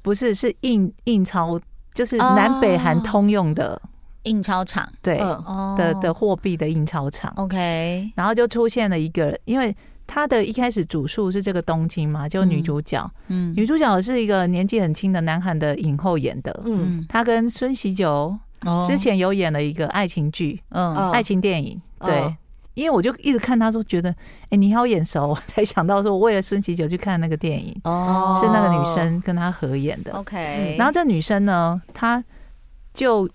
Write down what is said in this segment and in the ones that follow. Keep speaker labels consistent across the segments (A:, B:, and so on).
A: 不是是印印钞，就是南北
B: 哦
A: 韩通用的，
B: 印钞厂
A: 对、
C: 嗯
B: 哦
A: 的的货币的印钞厂，
B: OK，
A: 然后就出现了一个，因为他的一开始主述是这个东京嘛，就女主角，
B: 嗯
A: 女主角是一个年纪很轻的南韩的影后演的，
C: 嗯，
A: 她跟孙喜九
B: 哦
A: 之前有演了一个爱情剧、
B: 嗯
C: 嗯
A: 爱情电影，
B: 哦
C: 嗯
A: 对。因为我就一直看她说，觉得哎、诶你好眼熟，我才想到说，我为了孙喜九去看那个电影，
B: 哦
A: 是那个女生跟她合演的。
B: OK，
A: 嗯然后这女生呢，她就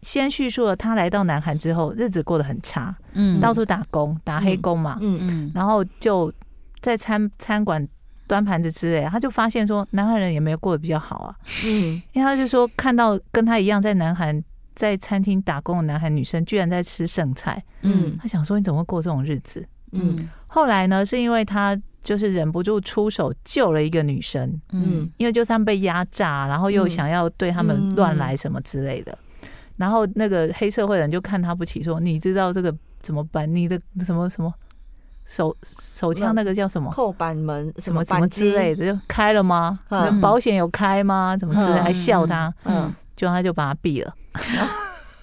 A: 先叙述了她来到南韩之后，日子过得很差，
B: 嗯
A: 到处打工，打黑工嘛，
C: 嗯
B: 嗯
A: 然后就在餐餐馆端盘子之类，他就发现说南韩人也没有过得比较好啊，
C: 嗯，
A: 因为他就说看到跟他一样在南韩在餐厅打工的南韩女生居然在吃剩菜，
C: 嗯
A: 他想说你怎么会过这种日子？
C: 嗯
A: 后来呢，是因为他就是忍不住出手救了一个女生，
C: 嗯
A: 因为就是他们被压榨，然后又
C: 嗯
A: 想要对他们乱来什么之类的。然后那个黑社会人就看他不起，说：“你知道这个怎么办？你的什么什么手手枪那个叫什么
C: 后板门
A: 什么什
C: 板
A: 么
C: 机
A: 之类，的，就开了吗？
C: 嗯
A: 你的保险有开吗？怎么之类
C: 嗯
A: 的？还笑他，
C: 嗯，
A: 就他就把他毙了。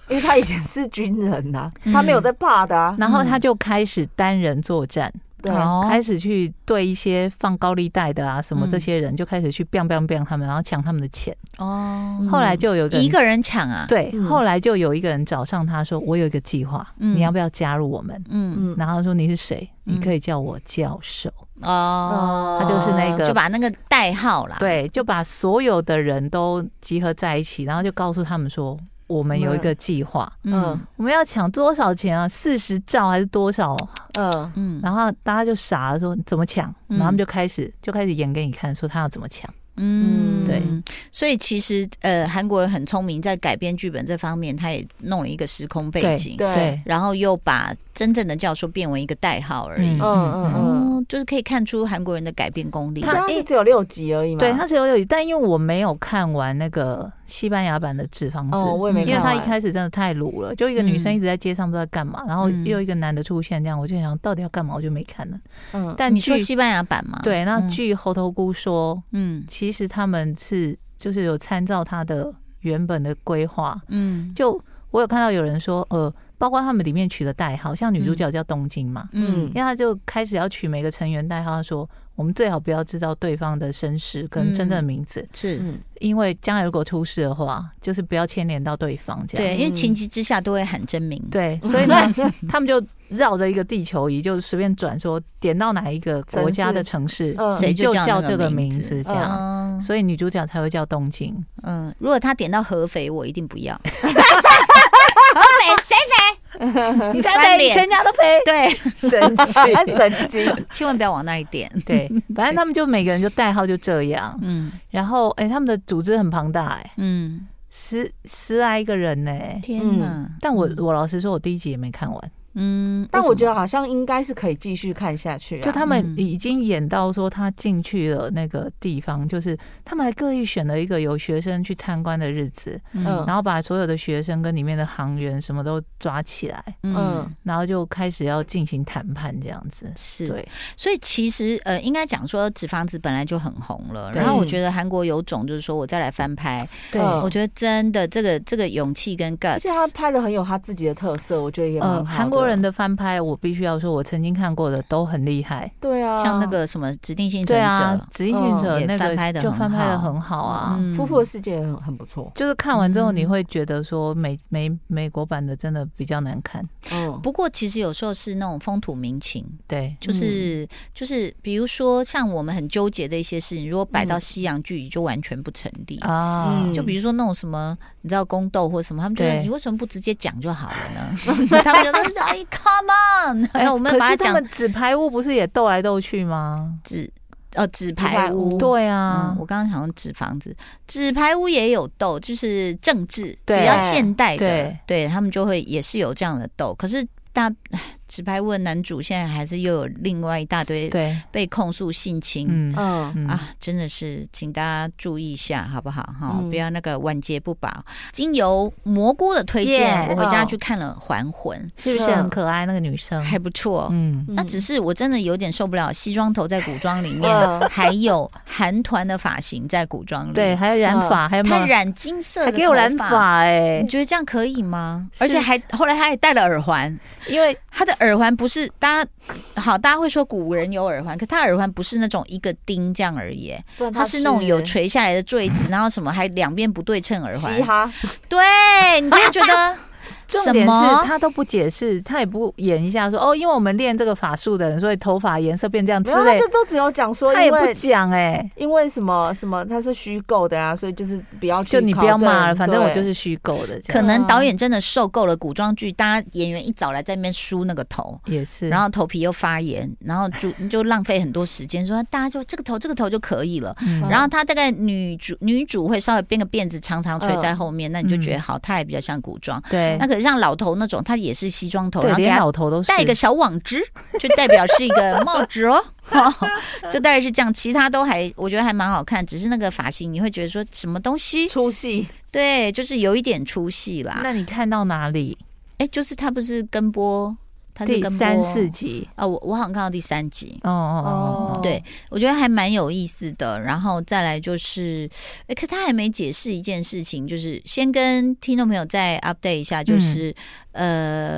C: 因为
A: 嗯
C: 他以前是军人呐，他没有在怕的啊，
A: 然后他就开始单人作战，
C: 对，
B: 哦
A: 开始去对一些放高利贷的啊什么
B: 嗯
A: 这些人，就开始去 biang biang biang 他们，然后抢他们的钱。
B: 哦，
C: 嗯
A: 后来就有人
B: 一个人抢啊，，
A: 对，
C: 嗯
A: 后来就有一个人找上他说：“我有一个计划，
B: 嗯
A: 你要不要加入我们
B: 嗯？”
C: 嗯
A: 然后他说：“你是谁？
B: 嗯
A: 你可以叫我教授。
B: 哦，
A: 他就是那个
B: 就把那个代号啦，，
A: 对，就把所有的人都集合在一起，然后就告诉他们说：“我们有一个计划，
B: 嗯
A: 我们要抢多少钱啊？四十兆还是多少？”
C: 嗯
B: 嗯，
A: 然后大家就傻了，说怎么抢？
B: 嗯
A: 然后他们就开始就开始演给你看，说他要怎么抢。
B: 嗯，
A: 对，
B: 所以其实呃，韩国人很聪明，在改编剧本这方面，他也弄了一个时空背景，
C: 对
B: 然后又把真正的教授变为一个代号而已。
C: 嗯嗯嗯，
B: 哦，就是可以看出韩国人的改变功力。
C: 他它
A: 啊
C: 是只有六集而已嘛，
A: 哎对，它只有有，但因为我没有看完那个西班牙版的《纸房子》
C: 哦我也没
A: 因为
C: 看
A: 他
C: 完
A: 一开始真的太鲁了，就一个女生
B: 嗯
A: 一直在街上不知道干嘛，然后
B: 嗯
A: 又一个男的出现，这样我就想到底要干嘛，我就没看了。
C: 嗯
A: 但
B: 你说
A: 据
B: 西班牙版吗？
A: 对，那
B: 嗯
A: 据猴头菇说，
B: 嗯
A: 其实他们是就是有参照他的原本的规划，
B: 嗯
A: 就我有看到有人说，呃，包括他们里面取的代号，像女主角叫东京嘛，
B: 嗯
A: 因为他就开始要取每个成员代号，他说我们最好不要知道对方的身世跟真正的名字，
B: 是。
C: 嗯
A: 因为将来如果出事的话，就是不要牵连到对方这样。
B: 对，因为情急之下都会喊真名。
A: 对所以呢，
C: 嗯
A: 他们就绕着一个地球仪，就随便转说点到哪一个国家的城市，
C: 城市嗯
B: 谁
A: 你就
B: 就叫
A: 叫
B: 那个
A: 这个
B: 名
A: 名
B: 字
A: 字这样。
B: 哦
A: 所以女主角才会叫东京，
B: 嗯，如果他点到合肥，我一定不 要。合肥谁 肥？你翻脸？
A: 家都 飞，
B: 对，
A: 神奇。
C: 神 经，
B: 千万不要往那里点。
A: 对，反正他们就每个人就代号就这样，
B: 嗯
A: 然后哎、他们的组织很庞大哎、
B: 嗯，
A: 十十来个人呢、嗯
B: 天哪！
A: 但
C: 嗯
A: 我我老实说，我第一集也没看完，
B: 嗯，
C: 但我觉
B: 得
C: 得好像应该是可以继续看下去啊，
A: 就他们
B: 嗯
A: 已经演到说他进去了那个地方，就是他们还刻意选了一个有学生去参观的日子，
B: 嗯
A: 然后把所有的学生跟里面的航员什么都抓起来，
B: 嗯
C: 嗯
A: 然后就开始要进行谈判这样子。
B: 是，
A: 对，
B: 所以其实呃，应该讲说《纸房子》本来就很红了，
A: 对嗯
B: 然后我觉得韩国有种就是说我再来翻拍，
A: 对
C: 嗯
B: 我觉得真的这个这个勇气跟
C: 而且他
B: guts，
C: 拍的很有他自己的特色，我觉得也蛮好
A: 呃，
C: 的
A: 韩国人的翻拍，我必须要说，我曾经看过的都很厉害。
C: 对啊，
B: 像那个什么指定性
A: 嗯对
B: 存
A: 啊
B: 者，，
A: 指引行者
B: 嗯也
A: 那
B: 翻拍
A: 个
B: 得
A: 就
B: 很
A: 翻拍的
B: 好
A: 很好啊。
B: 嗯
C: 夫妇的世界很很不错，
A: 就是看完之后，
B: 嗯
A: 你会觉得说美美美国版的真的比较难看，
C: 嗯，
B: 不过其实有时候是那种风土民情，
A: 对，嗯
B: 就是、就是比如说像我们很纠结的一些事情，如果摆到
C: 嗯
B: 西洋剧就完全不成立。
A: 啊，
C: 嗯
B: 就比如说那种什么，你知道宫斗或什么，他们觉得
A: 对
B: 你为什么不直接讲就好了 呢？他们就说哎，come on，然 后我们
A: 哎可
B: 把它
A: 是他
B: 讲
A: 们纸牌屋不是也斗来斗去吗？
B: 纸呃纸
C: 纸
B: 牌
C: 牌
B: 屋
C: 屋。
A: 对
B: 嗯
A: 啊，，
B: 我刚刚想用纸房子，纸牌屋也有斗，就是政治
A: 对
B: 比较现代的
A: 对，
B: 对他们就会也是有这样的斗。可是大唉纸牌屋的男主现在还是又有另外一大堆
A: 对，
B: 被控诉性侵。
A: 嗯
C: 嗯
A: 嗯
B: 啊，真的是，请大家注意一下，好不好？哈、
C: 嗯
B: 不要那个晚节不保。经由蘑菇的推荐
A: Yeah，
B: 我回家
C: 哦
B: 去看了《还魂
A: 是不是很可爱那个女生？》，
B: 嗯还不错。
A: 嗯，
B: 那只
C: 是
B: 是我真的有点受不了，西装头在古装 里面，
C: 嗯
B: 还有韩团的发型在古装里。
A: 对，，还有染发，还有
B: 他
A: 吗？
B: 嗯染金色
A: 哎还
B: 的，
A: 给我染。发哎
B: 你，觉得这样可以吗？
A: 是
B: 而且还后来他还戴了耳环，
A: 因为
B: 他的耳环不是大家好，大家会说古人有耳环，可他耳环不是那种一个钉这样而已，哎
C: 嗯
A: 嗯
C: 不然
B: 它是那种有垂下来的坠子，然后什么还两边不对称耳环
C: 嘻，哈，
B: 对，你就会 觉
A: 啊
B: 得
A: 重
B: 什
A: 点是
B: 么？
A: 他都不解释，他也不演一下说哦，因为我们练这个法术的人，所以头发颜色变这样之
C: 没有他
A: 类
C: 就，都只有讲说，
A: 他也
C: 因
A: 不
C: 为
A: 讲哎。
C: 因为什么什么他是虚构的啊，所以就是不要去
A: 就你不要
C: 考证
A: 骂了，反正我
C: 对
A: 就是虚构的，这
B: 可
A: 样
B: 能导演真的受够了古装剧，大家演员一早来在那边梳那个头，
A: 也是。
B: 然后头皮又发炎，然后就就浪费很多时间，说大家就这个头这个头就可以了。
A: 嗯，
B: 然后她大概女主女主会稍微编个辫子，长长垂
C: 嗯
B: 在后面，那你就觉得好，她也比较像古装。
A: 对
B: 那，可是像老头那种，他也是西装头，然
A: 对，
B: 后给
A: 连
B: 他
A: 老头都是
B: 戴一个小网织，就代表是一个帽子 哦，就大概是这样。其他都还我觉得还蛮好看，只是那个发型你会觉得说什么东西？
C: 出戏，
B: 对，就是有一点出戏啦。
A: 那你看到哪里？
B: 哎，就是他不是跟播他是
A: 第
B: 跟播
A: 三四集，
B: 啊、我我好像看到第三集，
A: 哦哦哦，
B: 对我觉得还蛮有意思的。然后再来就是，哎，可他还没解释一件事情，就是先跟听众朋友再 update 一下，就是、
A: 嗯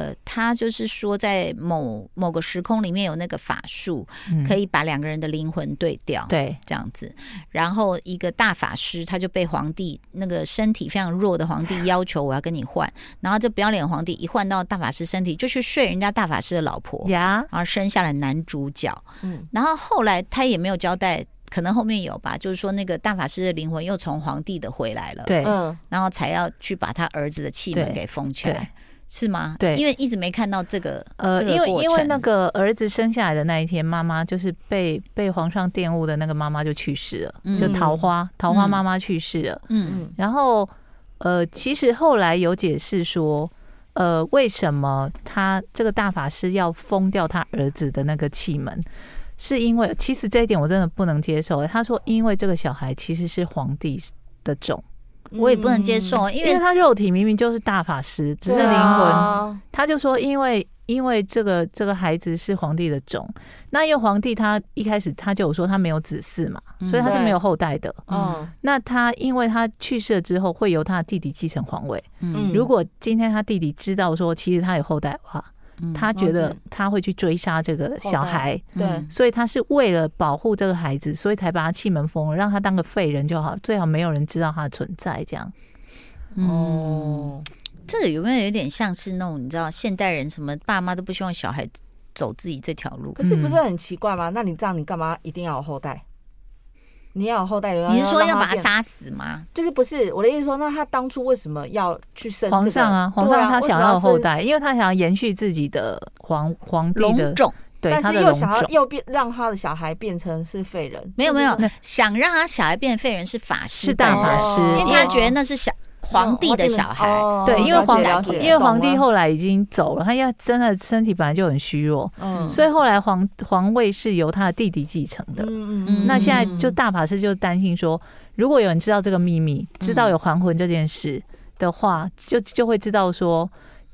B: 呃，他就是说在某某个时空里面有那个法术，
A: 嗯
B: 可以把两个人的灵魂对调。
A: 对，
B: 这样子，然后一个大法师他就被皇帝那个身体非常弱的皇帝要求我要跟你换，然后这不要脸皇帝一换到大法师身体就去睡人家大法师的老婆，
A: 呀，
B: 然后生下了男主角。
C: 嗯，
B: 然后后来他也没有交代，可能后面有吧，就是说那个大法师的灵魂又从皇帝的回来了，，
A: 对
C: 嗯，
B: 然后才要去把他儿子的气门
A: 对
B: 给封起
A: 对
B: 来，。是吗？
A: 对
B: 因为一直没看到这个，
A: 呃，
B: 这个
A: 因为
B: 过
A: 因为
B: 程
A: 那个儿子生下来的那一天，妈妈就是被被皇上玷污的那个妈妈就去世了，
B: 嗯
A: 就桃花桃花
B: 嗯
A: 妈妈去世了。
B: 嗯
A: 然后呃，其实后来有解释说，呃，为什么他这个大法师要封掉他儿子的那个气门，是因为其实这一点我真的不能接受、他说，因为这个小孩其实是皇帝的种，
B: 我也不能接受，因
A: 因为
B: 为
A: 他肉体明明就是大法师，只
C: 嗯
A: 是
C: 对
A: 灵魂
C: 啊，
A: 他就说，因为因为这个这个孩子是皇帝的种，那因为皇帝他一开始他就有说他没有子嗣嘛，
B: 嗯
A: 所以他是
C: 对
A: 没有后代的。
C: 嗯，
A: 那他因为他去世了之后，会由他的弟弟继承皇位。
B: 嗯
A: 如果今天他弟弟知道说其实他有后代的话，
B: 嗯
A: 他觉得
C: 嗯
A: 他会去追杀这个小孩，
C: 对，
A: 所以他是为了保护这个孩子，所以才把他气门封了，让他当个废人就好，最好没有人知道他的存在。这样，
C: 嗯
A: 嗯
B: 哦，这个有没有有点像是那种你知道现代人什么爸妈都不希望小孩走自己这条路？
C: 可是不是
A: 嗯
C: 很奇怪吗？那你这样，你干嘛一定要有后代？你要有后代，
B: 你是说
C: 让
B: 要把他
C: 变？
B: 杀死吗？
C: 就是不是我的意思说，那他当初为什么要去生这个、
A: 皇上啊，皇
C: 对
A: 上
C: 啊
A: 他
C: 为什
A: 想
C: 么
A: 要有后
C: 生
A: 代，因为他想要延续自己的皇皇帝的
B: 隆重
A: 对他
C: 但
A: 的
C: 是又
A: 隆
C: 想要
A: 重，
C: 又变让他的小孩变成是废人，
B: 没有没
C: 这
B: 有
C: 不是，
B: 想让他小孩变废人是法师
A: 是大
B: 本
A: 法
B: 人
A: 师，
C: 哦
B: 因为他觉得那是小皇帝的小孩。
C: 哦
A: 对，因为
C: 了解
A: 皇
C: 了
A: 帝
C: 解
A: 因为皇
C: 懂
A: 帝
C: 了
A: 后来已经走了，他要真的身体本来就很虚弱，
C: 嗯
A: 所以后来皇皇位是由他的弟弟继承的。
C: 嗯
B: 嗯
A: 那现在就大法师就担心说，如果有人知道这个秘密，知
B: 嗯
A: 道有还魂这件事的话，就就会知道说。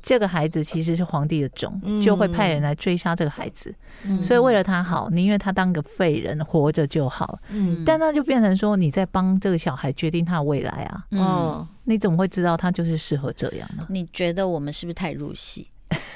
A: 这个孩子其实是皇帝的种，
C: 嗯
A: 就会派人来追杀这个孩子。
B: 嗯
A: 所以为了他好，宁愿他当个废人活着就好。
C: 嗯
A: 但那就变成说，你在帮这个小孩决定他的未来啊。
B: 嗯，
C: 嗯，
A: 你怎么会知道他就是适合这样呢？
B: 你觉得我们是不是太入戏？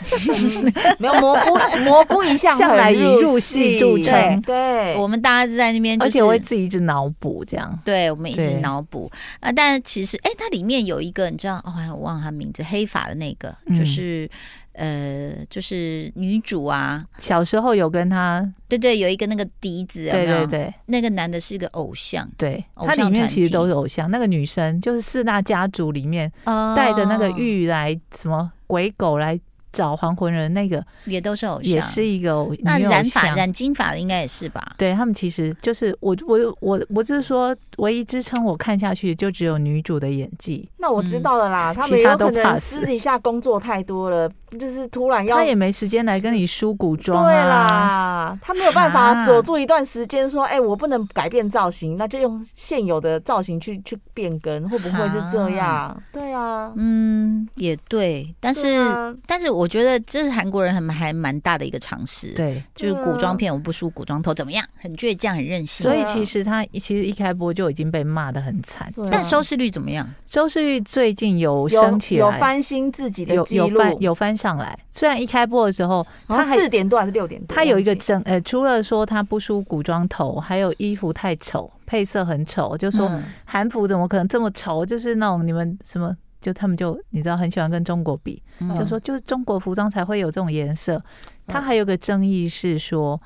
C: 没有蘑菇蘑菇一向
A: 向来
C: 很
A: 以入戏著
B: 称
C: 对，
B: 我们大家是在那边、就是，
A: 而且我会自己一直脑补这样。
B: 对，我们一直
A: 对
B: 脑补啊。但其实，哎、它里面有一个，你知道，哦，我忘了他名字，黑发的那个，
A: 嗯
B: 就是、呃，就是女主啊，
A: 小时候有跟他，
B: 对对，有一个那个笛子，有
A: 对
B: 没有
A: 对对
B: 那个男的是一个偶像，
A: 对，
B: 偶
A: 他
B: 像
A: 里面
B: 团
A: 其实都
B: 体
A: 是偶像。那个女生就是四大家族里面带
B: 带
A: 着那个
C: 哦
A: 玉来什么鬼狗来找还魂人，那个
B: 也都是偶像，
A: 也是一个偶
B: 那
A: 女偶
B: 染发
A: 像
B: 染金发的应该也是吧？
A: 对他们其实就是我我我我就是说，唯一支撑我看下去就只有女主的演技，
C: 那我知道了啦，他们
A: 嗯其他
C: 有
A: 都
C: 可
A: pass
C: 能私底下工作太多了，就是突然要
A: 她也没时间来跟你梳古
C: 对
A: 装啊。
C: 啦，他没有办法
B: 啊
C: 锁住一段时间，说，哎、我不能改变造型，那就用现有的造型去去变更，会不会是这样？对啊，
B: 嗯，也对，但是、
C: 对啊
B: 但是我觉得这是韩国人很还蛮大的一个尝试，，
A: 对，啊
B: 就是古装片我不梳古装头怎么样，很倔强，很任性
A: 所，以
C: 对啊
A: 其实她其实一开播就已经被骂的很惨。
C: 对啊
B: 但收视率怎么样？
A: 收视率最近有升
C: 有
A: 起
C: 有
A: 来，
C: 翻新自己的
A: 有
C: 记
A: 有
C: 录，
A: 翻有翻上来。虽然一开播的时候，
C: 然
A: 他
C: 后
A: 还
C: 四点多还是六点多？
A: 他有一个
C: 忘记
A: 争，呃，除了说他不梳古装头，还有衣服太丑，配色很丑，就说
B: 嗯
A: 韩服怎么可能这么丑？就是那种你们什么。就他们就你知道很喜欢跟中国比，
B: 嗯
A: 就说就是中国服装才会有这种颜色。他
C: 嗯
A: 还有个争议是说，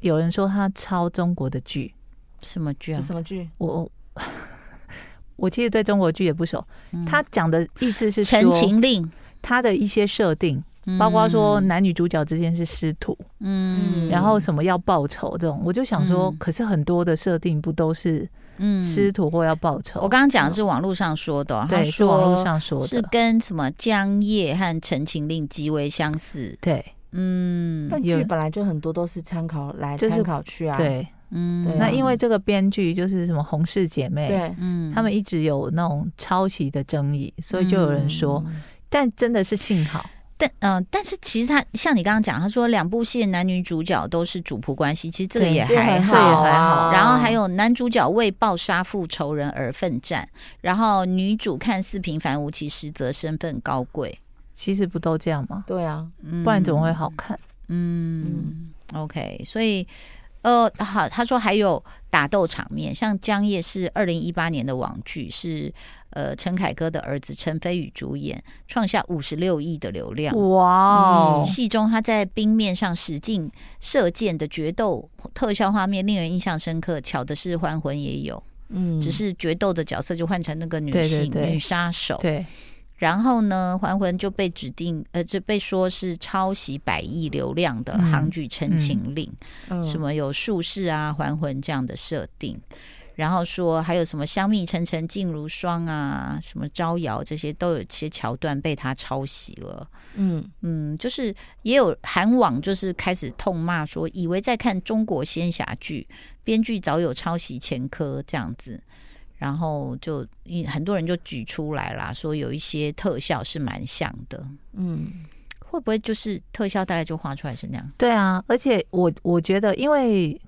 A: 有人说他抄中国的剧，
B: 什么剧
C: 这
B: 啊？
C: 什么剧？
A: 我 我其实对中国剧也不熟。
B: 嗯
A: 他讲的意思是
B: 《
A: 说
B: 陈情嗯令
A: 他的一些设定，》，包括说，男女主角之间是师徒，
B: 嗯
A: 然后什么要报仇这种，我就想说，
B: 嗯
A: 可是很多的设定不都是
B: 嗯
A: 师徒或要报仇？
B: 我刚刚讲的是网络上说的哦，他
A: 对是网络上说
B: 是
A: 的，
B: 跟什么《江夜》和《陈情令》极为相似，
A: 对
B: 嗯
C: 但
A: 有
C: 剧本来就很多都是参考来
A: 就是
C: 参考去啊，
A: 对。
B: 嗯
C: 对啊
A: 那因为这个编剧就是什么洪氏姐妹，
C: 对，
B: 嗯
A: 他们
B: 嗯
A: 一直有那种抄袭的争议，所以就有人说，但真的是幸好，
B: 但嗯、呃，但是其实他像你刚刚讲，他说两部戏的男女主角都是主仆关系，其实这个也
C: 这
B: 还
C: 很
B: 好
A: 这也
C: 好
A: 还
C: 啊
A: 好
B: 然后还有男主角为报杀父仇人而奋战，然后女主看似平凡无奇，实则身份高贵。
A: 其实不都这样吗？
C: 对啊，
B: 嗯
A: 不然怎么会好看？
B: 嗯，OK，所以呃，好，他说还有打斗场面，像《江夜》是二零一八年的网剧，是呃陈凯歌的儿子陈飞宇主演，创下五十六亿的流量。
A: 哇哦
C: 嗯
B: 戏中他在冰面上使劲射箭的决斗特效画面令人印象深刻。巧的是，《还魂》也有，
C: 嗯，
B: 只是决斗的角色就换成那个女性
A: 对对对
B: 女杀手。
A: 对，
B: 然后呢，《还魂》就被指定，呃，就被说是抄袭百亿流量的
A: 嗯
B: 杭举陈情令，
C: 嗯
B: 什么有术士啊、还魂这样的设定。然后说还有什么香蜜沉沉烬如霜啊，什么招摇这些都有一些桥段被他抄袭了。
C: 嗯
B: 嗯，就是也有韩网就是开始痛骂说，以为在看中国仙侠剧，编剧早有抄袭前科这样子，然后就一很多人就举出来啦，说有一些特效是蛮像的，
C: 嗯
B: 会不会就是特效大概就画出来是那样？
A: 对啊，而且我我觉得，因为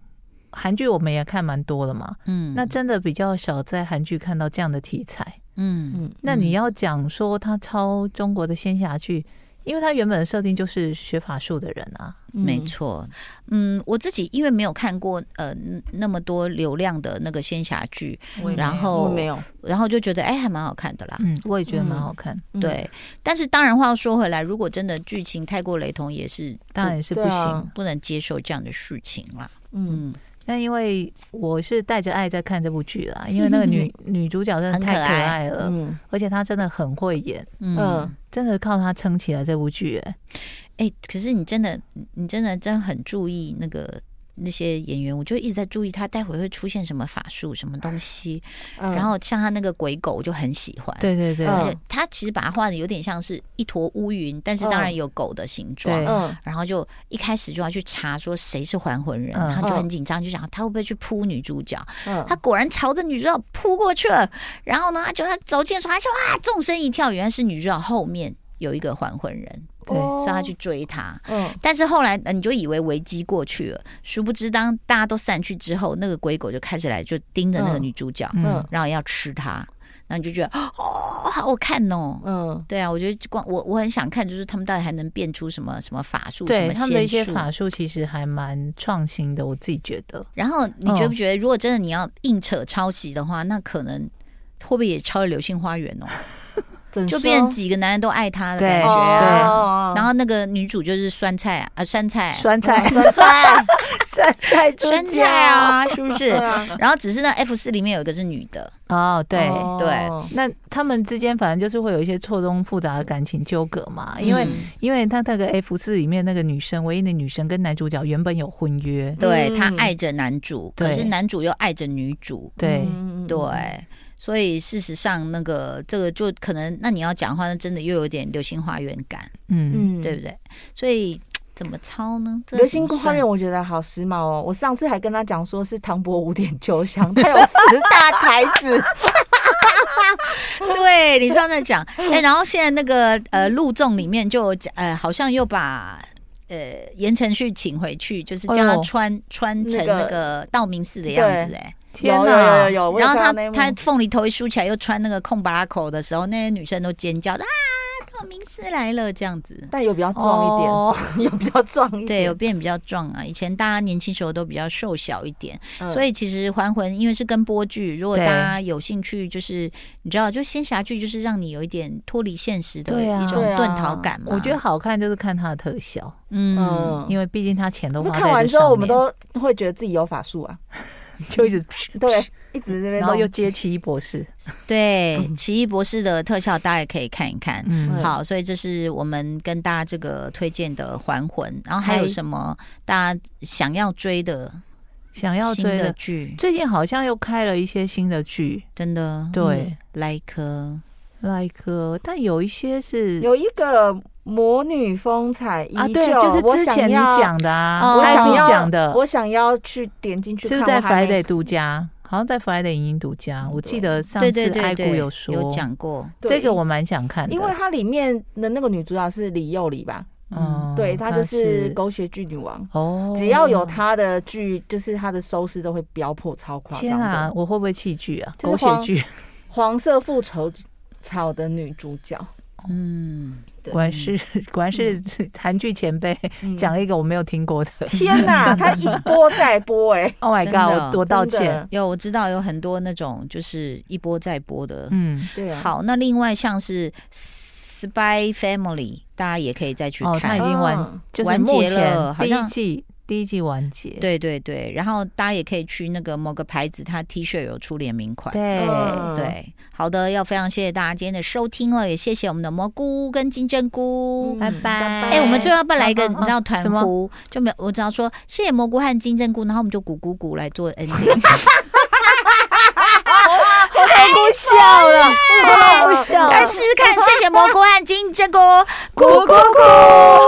A: 韩剧我们也看蛮多的嘛，
B: 嗯，
A: 那真的比较少在韩剧看到这样的题材。
B: 嗯
C: 嗯，
A: 那你要讲说他抄中国的仙侠剧，因为他原本的设定就是学法术的人啊，
C: 嗯
B: 没错，嗯，我自己因为没有看过呃那么多流量的那个仙侠剧，
C: 我也没有，
B: 然后
C: 我没有，
B: 然后就觉得哎还蛮好看的啦，
A: 嗯，我也觉得蛮好看，
C: 嗯，
B: 对，但是当然话又说回来，如果真的剧情太过雷同，也是不
A: 当然是不
C: 对
A: 行。
C: 啊
B: 不能接受这样的事情啦。
C: 嗯
B: 嗯，
A: 那因为我是带着爱在看这部剧啦，因为那个 女女主角真的太可爱了，
C: 嗯
A: 而且她真的很会演，
B: 嗯，哎、
C: 嗯
A: 真的靠她撑起来这部剧、哎，
B: 可是你真的，你真的真的很注意那个那些演员，我就一直在注意他待会会出现什么法术、什么东西。
C: 嗯，
B: 然后像他那个鬼狗，我就很喜欢。。
A: 对对对，
C: 嗯
B: 而且他其实把它画的有点像是一坨乌云，但是当然有狗的形状。
A: 对
C: 嗯
B: 然后就一开始就要去查说谁是还魂人，
A: 嗯
B: 他就很紧张，就想他会不会去扑女主角。
C: 嗯，
B: 他果然朝着女主角扑过去了。然后呢，他就他走近的时候，他就啊，纵身一跳，原来是女主角后面有一个还魂人，
A: 对
C: 哦
B: 所以他去，追他。
C: 嗯
B: 但是后来呃你就以为危机过去了，殊不知当大家都散去之后，那个鬼狗就开始来就盯着那个
C: 嗯
B: 女主角，
A: 嗯
C: 嗯
B: 然后要吃她。那你就觉得哦，好好看哦。
C: 嗯
B: 对啊，我觉得光我我很想看，就是他们到底还能变出什么什么法术，什
A: 对
B: 么
A: 他们的一些
B: 仙术
A: 法术其实还蛮创新的，我自己觉得。
B: 然后你
C: 嗯
B: 觉不觉得，如果真的你要硬扯抄袭的话，那可能会不会也抄了《流星花园》哦？
C: 怎
B: 就
C: 说
B: 变几个男人都爱她的感
A: 对
B: 觉
A: 对
B: 啊。
C: 哦
B: 然后那个女主就是酸菜啊，啊酸菜，
A: 酸菜，
C: 酸菜，
A: 酸菜猪
B: 酸
A: 脚
B: 菜啊，是不是
C: 对？啊
B: 然后只是那 F 四里面有一个是女的，
A: 哦，对，
C: 哦
B: 对
A: 那他们之间反正就是会有一些错综复杂的感情纠葛嘛，因为、
B: 嗯
A: 因为他那个 F 四里面那个女生，唯一的女生跟男主角原本有婚约，
B: 对
C: 嗯
B: 她爱着男主，可
A: 对
B: 是男主又爱着女主，
A: 对，
C: 嗯
B: 对，。所以事实上那个这个就可能，那你要讲的话，那真的又有点《流星花园》感，
A: 嗯，
C: 嗯
B: 对不？对？所以怎么抄呢？这
C: 流
B: 怎
C: 星
B: 么
C: 花
B: 算
C: 园我觉得好时髦哦！我上次还跟他讲说是唐伯虎点秋香，他有十大才子，
B: 对你上次讲，哎、然后现在那个呃录众里面就有讲，呃，好像又把呃言承旭请回去，就是叫
A: 哎
B: 他
A: 呦
B: 穿、穿成那
C: 那个
B: 个道明寺的样子、哎。
A: 天
C: 有有有
A: 哪
C: 有，有，哦我有
B: 然后
C: 看
B: 他
C: 到那一幕
B: 他凤梨头一梳起来，又穿那个空巴拉口的时候，那些女生都尖叫啊，道明寺来了这样子。
C: 但有比较壮一点，
A: 哦
C: 有比较壮一点，
B: 对，有变比较壮啊。以前大家年轻时候都比较瘦小一点，
C: 嗯
B: 所以其实《还魂》因为是跟播剧，如果大
A: 对
B: 家有兴趣，就是你知道，就仙侠剧就是让你有一点脱离现实的
A: 对啊
B: 一种
C: 对啊
B: 遁逃感嘛。
A: 我觉得，好看就是看他的特效，
B: 嗯，
C: 嗯，
A: 因为毕竟他钱都
C: 我
A: 花
C: 们
A: 在这
C: 看完之
A: 上
C: 后，
A: 面
C: 我们都会觉得自己有法术啊，
A: 就一直
C: 对，一直这边
A: 然后
C: 弄
A: 又接奇异博士，
B: 对，奇异博士的特效大家也可以看一看。
A: 嗯，
B: 好，所以这是我们跟大家这个推荐的《还魂》，然后还有
C: 嗨
B: 什么大家想要追的
A: 想要
B: 新
A: 追
B: 的
A: 的，
B: 剧？
A: 最近好像又开了一些新的剧，
B: 真的，
A: 对
B: 来科，
A: ，like，但呃有一些是
C: 有一个魔女风采依旧，
A: 啊，对，就是
C: 我
A: 之
C: 想
A: 前你
C: 要
A: 讲的啊，
B: 哦
C: 我
A: 艾
C: 想
A: 米
C: 要
A: 讲的，
C: 我想要去点进去
A: 是
C: 看，
A: 不是在
C: 我还没
A: Friday 度假？好像在 Friday 影音独家，我记得上
B: 对对
A: 次
B: 对
A: 爱姑
B: 对，
A: 说，
B: 讲过，
C: 对
A: 这个我蛮想看的，
C: 因为它里面的那个女主角是李幼里吧？
A: 嗯，
C: 对，她
A: 他
C: 就是狗血剧女王。
A: 哦，
C: 只要有她的剧，就是她的收视都会飙破超夸
A: 天
C: 张
A: 啊，
C: 的。
A: 我会不会弃剧 啊？
C: 就
A: 狗
C: 是
A: 血剧，
C: 黄色复仇草的女主角，
B: 嗯，
C: 对
A: 果然是果然是韩剧前辈
C: 嗯
A: 讲了一个我没有听 过的。
C: 天 哪，她一播再播，哎，
A: Oh my
B: 真的
A: god！我我道
C: 真
A: 歉
C: 的。
B: 有我知道有很多那种就是一波再播的，
A: 嗯，
C: 对 啊，
B: 好，那另外像是 Spy Family，大家也可以再去
A: 哦，他
B: 看。
A: 已经完
C: 嗯，
A: 就是
B: 完结
A: 目前
B: 了好
A: 第一
B: 像
A: 季第一季完结。
B: 对对对，然后大家也可以去那个某个牌子，它 T 恤有出联名款。
A: 对，啊
C: 嗯
B: 对，好的，要非常谢谢大家今天的收听了，也谢谢我们的蘑菇跟金针菇。
C: 嗯
A: 拜
C: 拜
A: 拜。
C: 拜
B: 哎、我们最后要不要来一个
A: 嗯嗯
B: 你知道
A: 嗯
B: 团
A: 什么
B: 呼，就没有我只要说谢谢蘑菇和金针菇，然后我们就咕咕咕来做 ending。
A: 蘑菇 笑了，蘑菇笑了
B: 来。试试看，谢谢蘑菇和金针菇，咕咕咕。